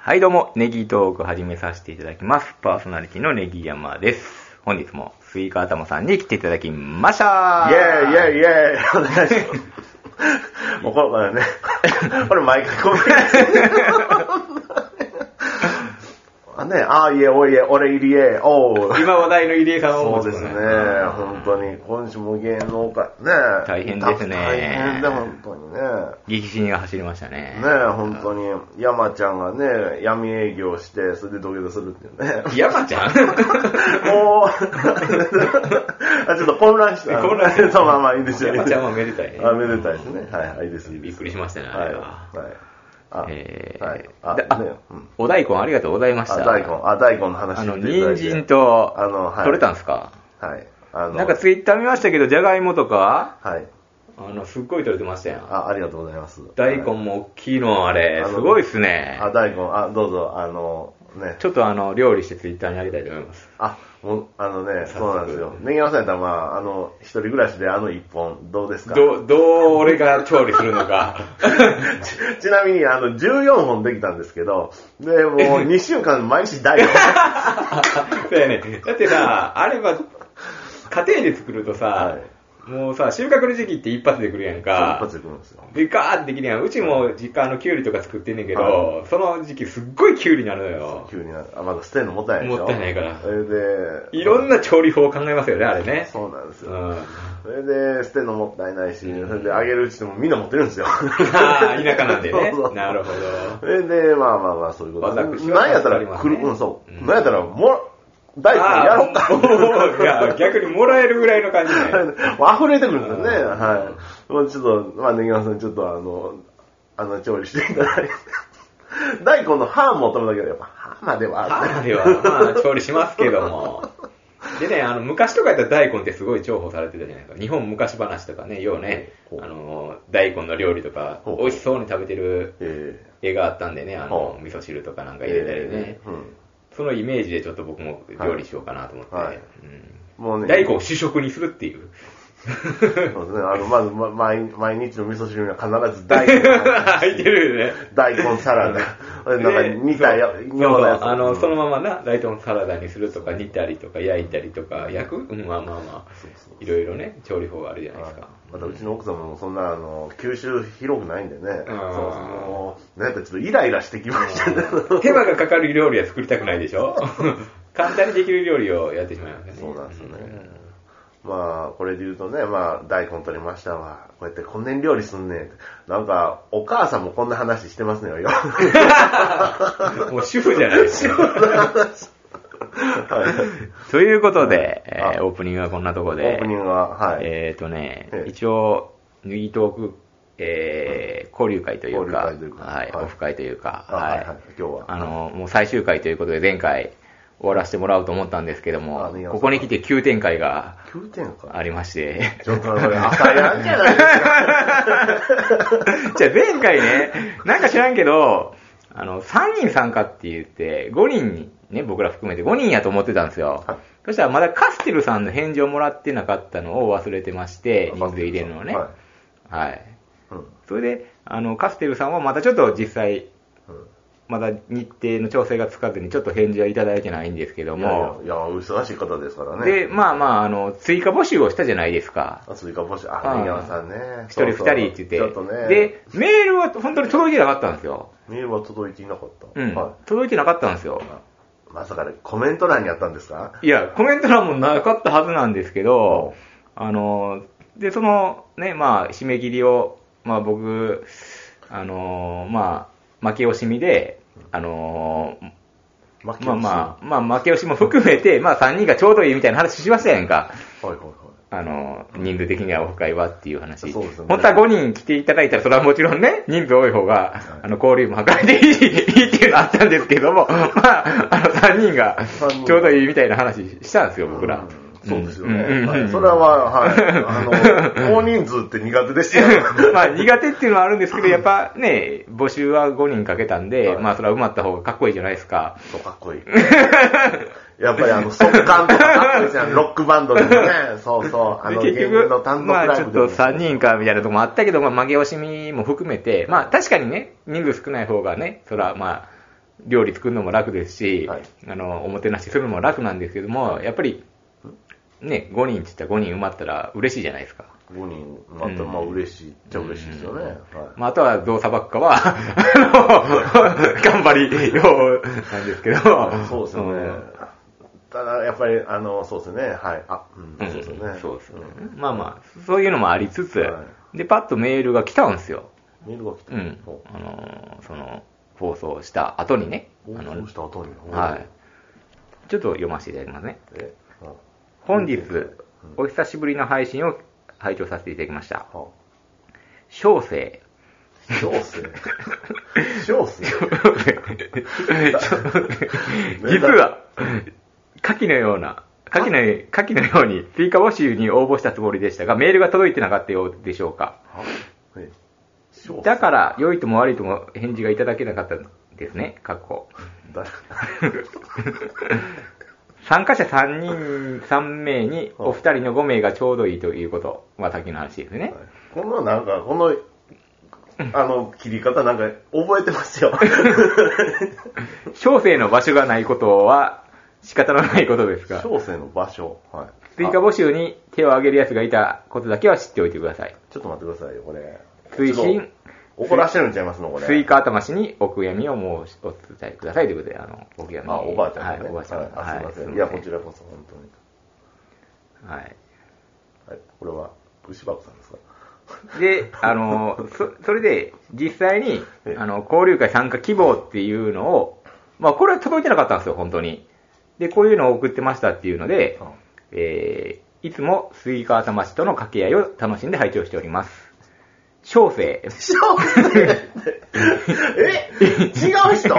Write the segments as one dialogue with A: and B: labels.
A: はい、どうも、ネギトーク始めさせていただきます。パーソナリティのネギ山です。本日もスイカ頭さんに来ていただきました
B: イェーイイェーイイ ェーイお願いします。もうこれからね、これ毎回コメント。あね、あーいえ、おいえ、俺入りえ、おう。
A: 今話題の入江さん
B: そ
A: を
B: うですね、
A: うん
B: 本当に。今週も芸能界ね。
A: 大変ですね
B: 大変で、本当にね。
A: 激震が走りましたね。
B: ね本当に。山ちゃんがね、闇営業して、それで土下座するっていうね。
A: 山ち ゃん
B: もう、あちょっと混乱した。
A: 混乱した
B: そうまあまあいいですよ。
A: 山ちゃんはめでたいね
B: あ、めでたいですね。はい、はい、いいです。いい
A: び
B: です
A: っくりしましたね、あ
B: はい。
A: れ
B: は
A: は。
B: い。あ、
A: えー
B: はい。
A: であ
B: ねうん
A: お大根ありがとうございまし
B: あ、
A: た。
B: 大根、あ、大根の話
A: あの、
B: していただい
A: 人
B: て
A: 参、と、
B: あのはい
A: 取れたんですか
B: はい。あの、
A: なんかツイッター見ましたけど、じゃがいもとか、
B: はい。
A: あの、すっごい取れてましたやん。
B: あ、ありがとうございます。
A: 大根も大きいの、あれ。
B: あ
A: す
B: の
A: ごいっすね。
B: あ、大根、あ、どうぞ、あの、ね。
A: ちょっとあの、料理してツイッターにあげたいと思います。
B: あ、もう、あのね、
A: 早速
B: そうなんですよ。ネギ合わされたら、まあ、あの、一人暮らしであの一本、どうですか
A: ど、どう俺が調理するのか。
B: ちちなみに、あの、14本できたんですけど、で、もう2週間毎日大 根。
A: そうやね。だってさ、あれは、家庭で作るとさ、
B: は
A: もうさ、収穫の時期って一発でくるやんか。
B: 一発で来るんですよ。
A: で、ガーってできるやん。うちも実家あの、きゅうりとか作ってんねんけど、
B: は
A: その時期すっごいきゅうりになるのよ。
B: 急になあまだ捨てるのもったいないでしょ
A: もったいないから
B: それで
A: いろんな調理法を考えますよね、あれね。
B: そうなんです
A: う
B: よ、
A: ん。
B: それで捨てるのもったいないし、それであげるうちでもみんな持ってるんですよ
A: ああ、田舎なんでね
B: そうそう。
A: なるほど。
B: それでまあまあまあそういうこと
A: 私は
B: なんやった
A: 助か
B: ら
A: ります
B: 来
A: ね
B: る、うんそう、
A: うん
B: なんやったらもら大根やろうか
A: か。いや、逆にもらえるぐらいの感じね。
B: 溢れてくるんですよね、
A: うん
B: はいもうちょっとまあ根際さんちょっとあのあの調理していただいて 大根の歯も取るだけでやっぱ歯までは
A: 母では、まあ、調理しますけども。でね、あの、昔とかやったら大根ってすごい重宝されてたじゃないですか。日本昔話とかね、ようね
B: ほ、う
A: あの、大根の料理とか、
B: ほう
A: 美味しそうに食べてる
B: ええ
A: 絵があったんでね、あの
B: ほ、う
A: 味噌汁とかなんか入れたりね
B: え。えうん
A: そのイメージでちょっと僕も料理しようかなと思って。
B: はい
A: うん
B: もうね、
A: 大根を主食にするって いう。
B: そうですね。あの、まず、ま、毎毎日の味噌汁には必ず大 根、
A: 入ってるよね。
B: 大根サラダ。なんか煮たよ、
A: そう
B: 煮物やつ。
A: そうあの、そのままな、大根サラダにするとか、煮たりとか、焼いたりとか、焼く、うん、まあまあま
B: そうそう
A: あ、いろいろね、調理法があるじゃないですか。
B: またうちの奥様もそんな、あの、吸収広くないんでね。そうそ
A: あー
B: うもう、なんかちょっとイライラしてきましたね。
A: 手間がかかる料理は作りたくないでし ょ簡単にできる料理をやってしまいますね。
B: そうなんですよね。まあ、これで言うとね、まあ、大根取りましたわ。こうやってこんなに料理すんねん。なんか、お母さんもこんな話してますねよ。
A: うん。もう主婦じゃないですか。
B: はい
A: ということで、えー
B: あ
A: オープニングはこんなとこ
B: オ
A: で。
B: ープニングは、はい。
A: えっ、とね、
B: ええ
A: 一応、脱ぎトーク、えー交流会というか、
B: 交流会というか
A: はい、
B: はい
A: オフ会というか、
B: あはいはい今日は
A: あの、もう最終回ということで、前回終わらせてもらおうと思ったんですけど
B: あ
A: も
B: いい、よ
A: ここに来て急展開が
B: 9点か。
A: ありまして、
B: ちょっとこれ、朝やんじゃないです か。
A: じゃあ前回ね、なんか知らんけど、あの、3人参加って言って、5人に、ね、僕ら含めて5人やと思ってたんですよ。
B: はい
A: そしたらまだカステルさんの返事をもらってなかったのを忘れてまして、人数入れるのをね。
B: はい
A: はい。
B: うん
A: それで、あの、カステルさんはまたちょっと実際、
B: うん
A: まだ日程の調整がつかずにちょっと返事はいただいてないんですけど
B: いやいや
A: も、
B: いや、お忙しい方ですからね。
A: で、まあまあ、あの、追加募集をしたじゃないですか。
B: あ、追加募集、あ、
A: うん
B: 宮川さんね。
A: 一人二人って言って。
B: ちょっとね。、
A: で、メールは本当に届いてなかったんですよ。
B: メールは届いていなかった。
A: うん。
B: は
A: 届いてなかったんですよ
B: い。。まさかね、コメント欄にあったんですか
A: いや、コメント欄もなかったはずなんですけど、あの、で、その、ね、まあ、締め切りを、まあ僕、あの、まあ、負け惜しみで、あの、
B: ま
A: まあまあ、まあ負け惜しも含めて、まあ3人がちょうどいいみたいな話しましたやんか。
B: あ。はいはいはい。
A: あの、人数的にはオフ会はっていう話。
B: そうですね
A: 本当は5人来ていただいたら、それはもちろんね、人数多い方が、
B: い
A: あの、交流も図れていいっていうのあったんですけど も、まあ、あの3人が
B: 三人が
A: ちょうどいいみたいな話したんですよ、僕ら。
B: うんそうですよ
A: んうんうん
B: ね。はいそれは、 はい。あの、大人数って苦手でしたよ。
A: まあ苦手っていうのはあるんですけど、やっぱね、募集は5人かけたんで、
B: はい
A: まあそれは埋まった方がかっこいいじゃないですか。
B: そうかっ こいい。やっぱりあの、速乾とかかっこいいじゃん。ロックバンドでもね。そうそう。あ
A: で
B: の、
A: 結
B: 芸人
A: 局
B: の単、独
A: まあ
B: ラ
A: ち
B: イ
A: ょ
B: ブ
A: っ
B: でも。
A: と3人かみたいなとこもあったけど、まあ、負け惜しみも含めて、まあ確かにね、人数少ない方がね、そらまあ、料理作るのも楽ですし、
B: はい
A: あの、おもてなしするのも楽なんですけども、やっぱり、ね、5人って言ったら5人埋まったら嬉しいじゃないですか。
B: 5人、また、まあ、嬉しいっちゃ嬉しいですよね。はい。
A: まあ、あとはどうさばくか は、あの、頑張りようなんですけど。
B: そうですよね。ただ、やっぱり、あの、そうですね。はい。あ、うん、
A: うん。
B: そうですよね。
A: そうですね
B: ん。
A: まあまあ、そういうのもありつつ、
B: は
A: で、パッとメールが来たんですよ。
B: メールが来た。
A: うん
B: ほ。
A: あのー、その、放送した後にね。
B: う
A: あ
B: 放送
A: の
B: した後に。
A: はい。ちょっと読ませていただきますね。
B: え、うん
A: 本日、お久しぶりの配信を拝聴させていただきました。
B: は
A: 小 生。
B: あ小生。小生。
A: 実は、下記のような、下記の、下記のように、追加募集に応募したつもりでしたが、メールが届いてなかったようでしょうか。
B: はあえ小
A: だから、良いとも悪いとも返事がいただけなかったんですね、過去。
B: だ
A: 参加者3人、3名に、お二人の5名がちょうどいいということ。まあ、さっきの話ですね。
B: このなんか、この、あの、切り方なんか覚えてますよ。
A: 小生の場所がないことは、仕方のないことですが、
B: 小生の場所。はい。
A: 追加募集に手を挙げる奴がいたことだけは知っておいてください。
B: あちょっと待ってくださいよ、これ。
A: 推進
B: 怒らしてるんちゃいますの、これ。
A: スイカ頭氏にお悔やみを申しお伝えくださいということで、あの、お悔やみ。
B: あ、おばあちゃん
A: は
B: ね。
A: い、おばあちゃん。
B: はいあ、すいません。いや、こちらこそ、本当に。
A: ら。はい。
B: はい。これは、牛箱さんですか
A: で、あの、そ、それで、実際に
B: ええ、
A: あの、交流会参加希望っていうのを、まあ、これは届いてなかったんですよ、本当に。で、こういうのを送ってましたっていうので、えーいつもスイカ頭氏との掛け合いを楽しんで拝聴しております。小 生、
B: 小生ってえ違う人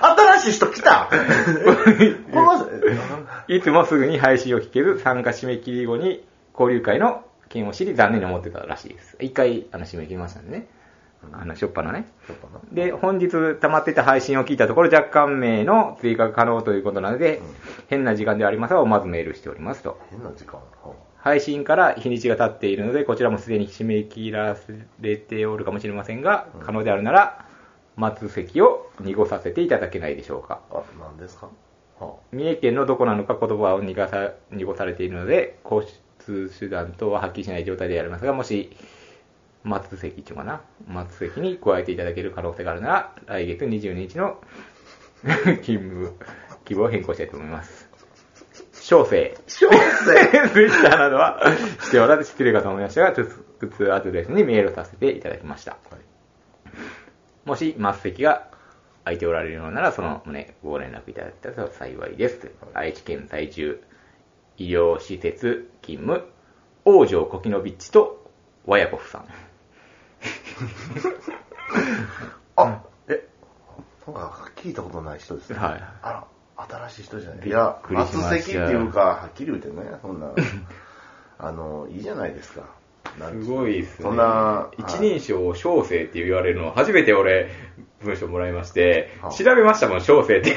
B: 新しい人来たこの
A: いつもすぐに配信を聞けず、参加締め切り後に交流会の件を知り、残念に思ってたらしいです。一回、あの、締め切りましたんでね。あの、しょっぱなね。
B: ちょっとな
A: で、本日溜まってた配信を聞いたところ、若干名の追加が可能ということなので、変な時間ではありますが、まずメールしておりますと。
B: 変な時間。
A: 配信から日にちが経っているので、こちらもすでに締め切られておるかもしれませんが、可能であるなら、松席を濁させていただけないでしょうか。
B: あ、何ですかは
A: 三重県のどこなのか言葉を濁さ濁されているので、交通手段等ははっきりしない状態でありますが、もし、松関っていうのかな松関に加えていただける可能性があるなら、来月22日の 勤務希望を変更したいと思います。小生。
B: 小生
A: ツイッターなどはしておらず失礼かと思いましたが、つつつアドレスにメールさせていただきました。
B: はい
A: もし、末席が空いておられるようなら、その旨、ご連絡いただけたら幸いです。愛知県在住、医療施設勤務、王女コキノビッチと、ワヤコフさん。
B: あ、え、なんか聞いたことない人ですね。
A: はい
B: あら、新しい人じゃない。
A: び
B: い
A: っ
B: や、
A: くりし
B: 松
A: ました
B: 席っていうか、はっきり言うてね、そんな、あの、いいじゃないですか。なん
A: すごいですね。
B: そんな、
A: 一人称を小生って言われるの、初めて俺、文章もらいまして
B: はあ、
A: 調べましたもん、小生って。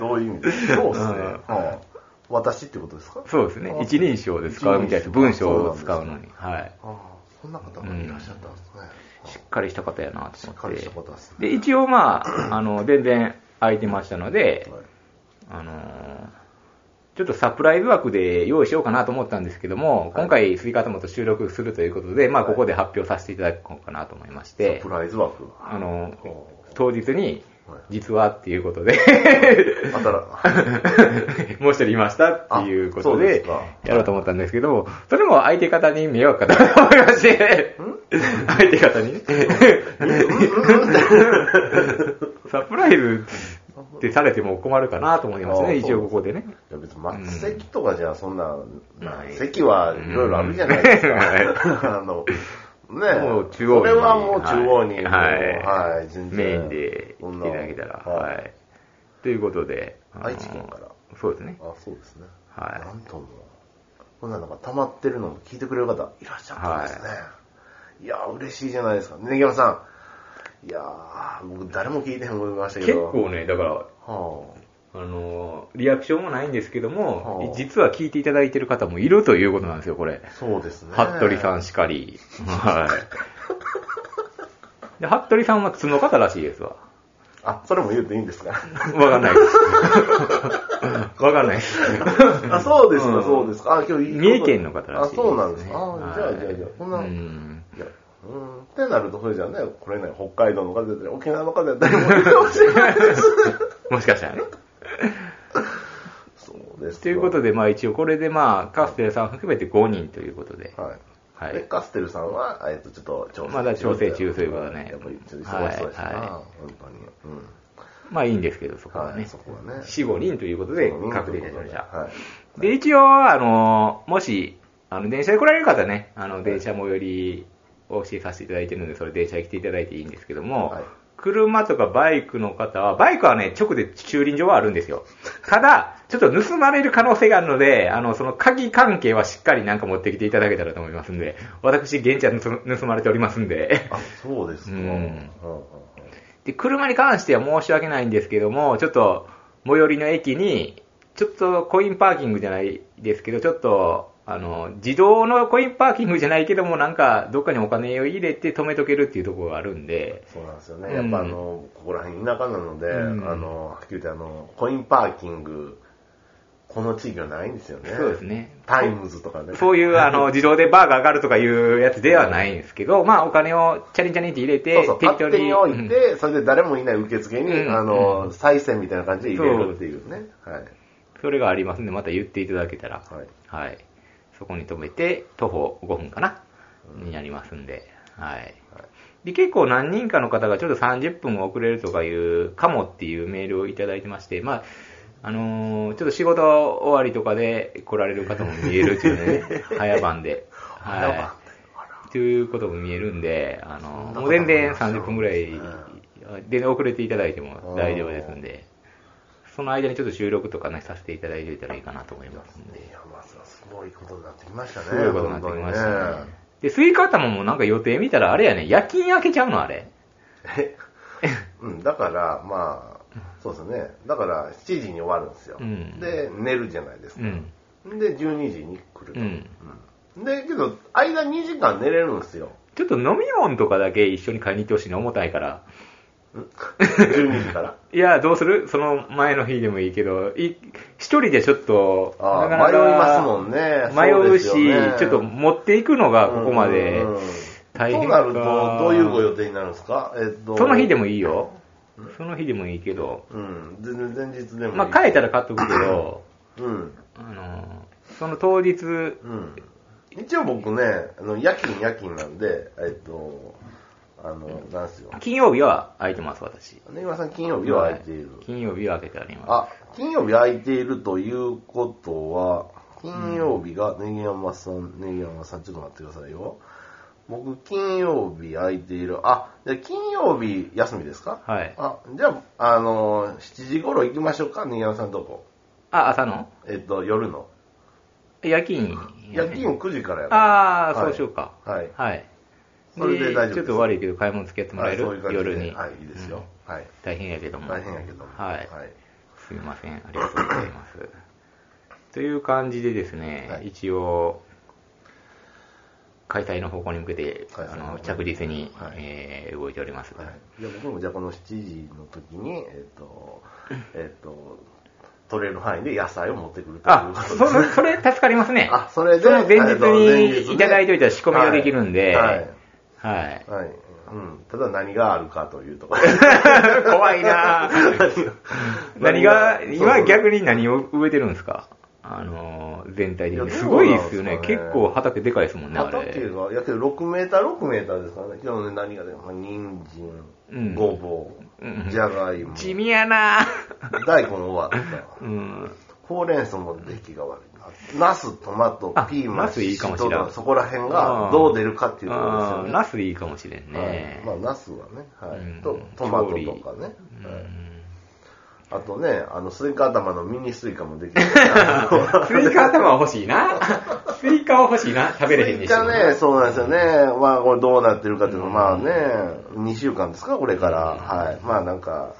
B: どういう意味ですかそうですね。うん私ってことですか
A: そうですね
B: あ。
A: 一人称で使うみたいです。
B: 一人称
A: 文章を使うのに。はい。
B: ああ、そんな方がいらっしゃったんですね。
A: しっかりした方やなと
B: しっ
A: 思
B: か
A: っ
B: り
A: て。
B: した方ですね。
A: で、一応まあ、あの、全然空いてましたので、
B: はい
A: あのーちょっとサプライズ枠で用意しようかなと思ったんですけども、今回スイカ頭と収録するということで、まあ、
B: はい
A: ここで発表させていただこうかなと思いまして
B: サプ、ライズ枠。
A: あのー
B: ほ
A: 当日に
B: はい、
A: 実はっていうこと で、
B: うあ たら、
A: もう一人いましたっていうこ
B: あそ
A: と
B: うです
A: で
B: か、
A: やろうと思ったんですけども、それも相手方に迷惑かなと思いまして、相手方にね、 サプライズってされても困るかなと思います
B: あそう
A: ね、一応ここでね。
B: いや別に松席とかじゃそんな、
A: ない
B: 席はいろいろあるじゃないです か。あの、ね
A: もう中央に
B: これはもう中央に、
A: はい
B: はい、全然。
A: メインで来ていただけたら。
B: そんな
A: は。い。ということで。あの
B: 愛知県から。
A: そうですね。
B: あ、そうですね。
A: はい
B: なんとも。こんなのが溜まってるのも聞いてくれる方いらっしゃったんですね。い、やー、嬉しいじゃないですか。ねぎまさん。いやー、僕誰も聞いてへん思いましたけ
A: 結
B: ど。
A: 構ね、だから、
B: 構。
A: あ
B: は
A: の、リアクションもないんですけど
B: は
A: も
B: あ、
A: 実は聞いていただいてる方もいるということなんですよ、これ。
B: あ、そうですね。
A: 服部さ
B: ん。
A: んしかり。はい。で、服部さんは角方らしいですわ。
B: あ、それも言うていいんで すか
A: わかんない です。わかんないです。
B: あ、そうです
A: う
B: か、
A: ん
B: そうですか。あ、今日いいこと
A: 三重県の方らしい
B: あ、そうなんですか。
A: は
B: あ
A: い
B: じゃあ、じゃあ、じゃあ、こんな。
A: う
B: い
A: ん
B: やうんってなると、それじゃね、これね、北海道の方だったり、沖縄の方だったりもいるかもしれな いです。
A: もしかしたらね。
B: そうですか。
A: ということで、まあ一応これでまあ、カステルさん含めて5人ということで。
B: はい。
A: は
B: で
A: い。
B: カステルさんは、えっと、ちょっと調整
A: まだ調整中ということね
B: やっぱりちょっと忙しそうですな、
A: はいはい
B: 本当に。
A: まあいいんですけど、そこ
B: うん。
A: は
B: はい、
A: ね。
B: そこはね。
A: 4、5人ということで
B: うん
A: 確定いたしました。
B: はい。
A: で、一応、あの、もし、あの、電車で来られる方はね、あの、電車最寄りを教えさせていただいてるので、それ電車で来ていただいていいんですけども、
B: はい
A: 車とかバイクの方は、バイクはね、直で駐輪場はあるんですよ。ただ、ちょっと盗まれる可能性があるので、あの、その鍵関係はしっかりなんか持ってきていただけたらと思いますんで、私、現地は盗盗まれておりますんで。
B: あ、そうですか。
A: うん
B: うん
A: で、車に関しては申し訳ないんですけども、ちょっと、最寄りの駅に、ちょっとコインパーキングじゃないですけど、ちょっと、あの、自動のコインパーキングじゃないけども、なんか、どっかにお金を入れて止めとけるっていうところがあるんで、
B: そうなんですよ
A: う
B: ね。
A: ん
B: やっぱあの、ここら辺田舎なので、
A: うん
B: あの、はっきり言ってあの、コインパーキング、この地域はないんですよね。
A: そうです。ね。
B: タイムズとかね。
A: そういう、あ の、自動でバーが上がるとかいうやつではないんですけど、まあ、お金をチャリンチャリンって入れ
B: そう
A: て
B: そう、、勝手に置
A: うん
B: いて、それで誰もいない受付に、
A: うん
B: あの、再生みたいな感じで入れるっていうね。はい。
A: それがありますんで、また言っていただけたら、
B: はい。
A: はい。そこに止めて、徒歩5分かな、になりますんで、はい。で、結構何人かの方がちょっと30分遅れるとかいう、かもっていうメールをいただいてまして、まあ、あのーちょっと仕事終わりとかで来られる方も見えるっていう ね、早番で。
B: 早番で
A: はい。ということも見えるんで、あのー
B: そんなこと
A: もう全然
B: ありますよ
A: 30分ぐらいで遅れていただいても大丈夫ですんで、その間にちょっと収録とかね、させていただいておいたらいいかなと思いますんで。
B: いや、まあ、すごいことになってきましたね。
A: すごいことになってきました
B: 本
A: ね。で、スイカ玉もなんか予定見たらあれやね、夜勤明けちゃうのあれ。
B: 当にね。 うん、だから、まあ、そうですね。だから、7時に終わるんですよ。
A: うん
B: で、寝るじゃないです
A: う
B: か。
A: ん。
B: で、12時に来ると。
A: うん
B: うんで、けど、間2時間寝れるんですよ。
A: ちょっと飲み物とかだけ一緒に買いに行ってほしいな、重たいから。
B: ん 12時から。
A: いや、どうするその前の日でもいいけど、い一人でちょっと、
B: あー
A: なかなか
B: 迷いますもんね
A: 迷うし
B: そうですよね
A: ちょっと持っていくのがここまで
B: うんうんうん
A: 大変
B: そう
A: か
B: なると、どういうご予定になるんですかえっと。
A: その日でもいいよ。その日でもいいけど、
B: うん、全然前日でもいい。
A: まあ、買えたら買っとくけど、
B: うん。
A: あの、その当日、
B: うん。一応僕ね、あの夜勤夜勤なんで、えっと、あの、なんすよ。
A: 金曜日は空いてます、私。
B: 根岩さん金曜日は空いてい
A: は。
B: る
A: 金曜日は空けてあります。
B: あ、金曜日空いているということは、金曜日がネギ山さん、ネギ山さん、ちょっと待ってくださいよ。僕、金曜日空いている。あ、じゃあ金曜日休みですか
A: はい
B: あ、じゃあ、あの、7時頃行きましょうか、ネギ山さんとこ。
A: あ、朝の
B: えっと、夜の。
A: 夜勤。
B: 夜勤9時からやから
A: ああ、
B: は
A: そ
B: いう
A: しようか。
B: はい
A: はい。
B: それで大丈夫です
A: ちょっと悪いけど、買い物付き合ってもらえる、
B: はいそういう感じで
A: 夜に。
B: はい、いいですよ。はい。
A: うん大変やけども。
B: 大変やけども。
A: はい。すみません。ありがとうございます。という感じでですね、
B: はい
A: 一応、開催の方向に向けて、
B: 開催
A: あ
B: の方
A: の
B: 向
A: 着実に、
B: はい
A: えー動いております。
B: はいじゃあ僕もじゃあこの7時の時に、えっ、と、えっ、と、取れる範囲で野菜を持ってくるとい
A: あ
B: うこ、と
A: それ、それ助かりますね。
B: あそれで
A: その前
B: えっと前
A: 日
B: 日
A: に
B: ね
A: いただいといたら仕込みができるんで、
B: はいはい
A: はい。
B: はい。うん。ただ何があるかというところ。
A: 怖いなぁ 何が、今逆に何を植えてるんですかあのー、全体的
B: い
A: に。
B: や
A: すごいですよね。
B: どうなんですかね
A: 結構畑でかいですもんね、あ
B: 畑
A: れ。
B: が、やけど6メーター、6メーターですからね。今日ね、何がで、まあ、人
A: うん
B: 参、ごぼ
A: うん
B: う、じゃがいも、
A: 地味やなぁ。
B: 大根終わった。
A: うん。
B: ほうれん草も出来が悪いな。ナス、トマト
A: あ、
B: ピーマン、
A: ナスいいかもしれん
B: シシトウそこら辺がどう出るかっていうところですよね。
A: ナスいいかもしれんね。
B: はい、まあ、ナスはね、はい
A: うん
B: とトマトとかね、
A: う
B: はい
A: ん
B: あとね、あの、スイカ頭のミニスイカもでき る。
A: スイカ頭は欲しい な。スイカは欲しいな。食べれへん
B: スイ
A: でし
B: カ
A: ょ。
B: ね、そうなんですよね。まあ、これどうなってるかっていうのは、まあね、2週間ですか、これから。はい。まあ、なんか、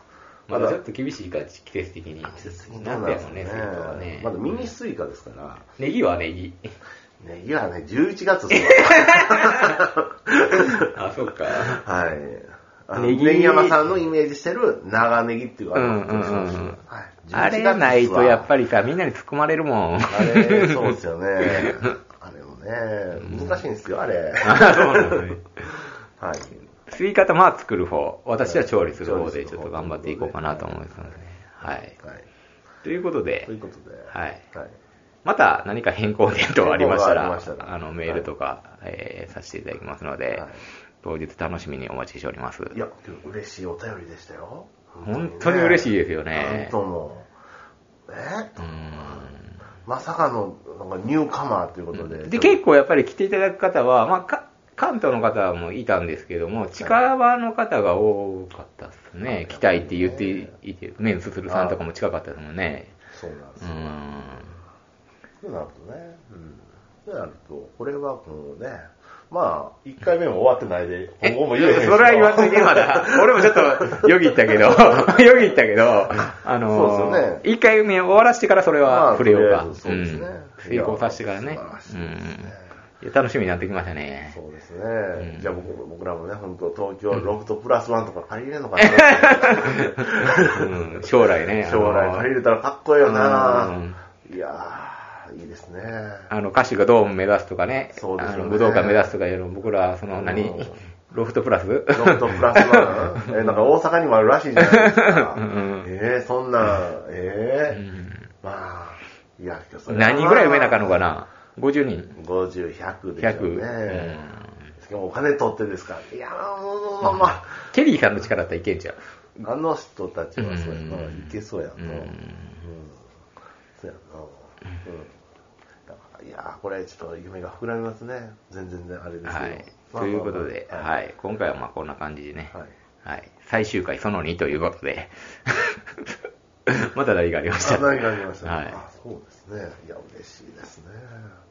A: まだ
B: まだ
A: ちょっと厳しいか、季節的に。
B: 季節的にどう
A: 夏
B: なんで
A: や
B: す
A: も
B: か
A: んね、スイカはね。
B: まだミニスイカですから。
A: ネギはネギ。
B: ね、いやね、11月ですわ
A: あ、そうか。
B: はい。あの
A: ネ
B: ネ
A: ギ
B: ギ山さんのイメージしてる長ネギっていう
A: うんうんうんうん
B: はい
A: あれがないとやっ
B: り。
A: ぱりさ、みんなに突っ込まれるもん。
B: あれ、そうです よね。あれもね、難しいんですよ、あれ。
A: あ そうなんだね
B: はい。
A: 吸い方、まあ作る方、私は調理する方
B: はい調
A: で
B: 理す
A: ち
B: る
A: ょっ
B: 方
A: と頑張っていこうかなと思いますので、はい。
B: はい。
A: ということで
B: とい、うことで。
A: はい。
B: はい。
A: また何か変更点等ありました
B: 変更があり
A: ら
B: ました、ら
A: あの、メールとか、えーさせていただきますので
B: はい、
A: 当日楽しみにお待ちしております。
B: いや、今日嬉しいお便りでしたよ。
A: 本当に嬉しいですよね。
B: 本当もう。え
A: うん
B: まさかの、なんかニューカマーということで。
A: で、結構やっぱり来ていただく方は、まあ、か関東の方もいたんですけども、近場の方が多かったですね。
B: い
A: 来たいって言っていて、ね、すするさんとかも近かったですもんね。
B: そうなんです
A: う
B: よ。
A: ん。
B: となるとね、うん、となると、これはこうね、まあ、1回目も終わってないで、今後も言えへんし
A: それは言わずにまだ、俺もちょっとよぎったけど、 よぎったけど、あの
B: そうですよね
A: ー、一回目終わらしてからそれ
B: ま
A: は
B: あ
A: 触れようか。
B: とりあえずそうですね
A: うん成功させてからね
B: いや素晴らし。い
A: うん
B: ですね
A: いや楽しみになってきましたね。
B: そうです
A: う
B: ね
A: ん。
B: じゃあ僕僕らもね、本当東京ロフトプラスワンとか借りれるのかな。
A: うん将来ね。あのー
B: 将来借りれたらかっこいいよ
A: う。
B: なんいやー、いいですね。
A: あの歌手がドーム目指すとかね、
B: そうですよ
A: あ
B: ね
A: の武道館目指すとかいうの、僕ら、その何、
B: うん
A: ロフトプラス
B: ロフトプラスワ ンえ、なんか大阪にもあるらしいじゃないですか。
A: ん
B: えー、そんなん、
A: う
B: え
A: ん
B: ー、まあ、いや、それは
A: 何人ぐらい埋めなあかんのかな ?50 人
B: 50、100でし
A: ?100?
B: ょう
A: うん
B: ね。しかもお金取ってですから。いやー、もうまあまあ、
A: ケリーさんの力だったらいけんじゃん。
B: あの人たちはそうやな、
A: う
B: い
A: ん
B: けそうやな。
A: う
B: うんん。そうやな。うん。だからいやー、これちょっと夢が膨らみますね。全然あれですけど。
A: はい。
B: まあまあまあ
A: ということで、
B: はい。
A: はい。今回はまあこんな感じでね、
B: はい
A: はい。最終回その2ということで、 また何がありました
B: あ何がありましたね。
A: はい
B: あ、そうですね。いや、嬉しいですね。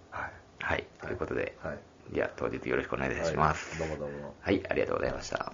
B: はい。
A: はい。ということで、
B: はい。
A: じゃあ当日よろしくお願いいたします。
B: はいどうもどうも。
A: はい、ありがとうございました。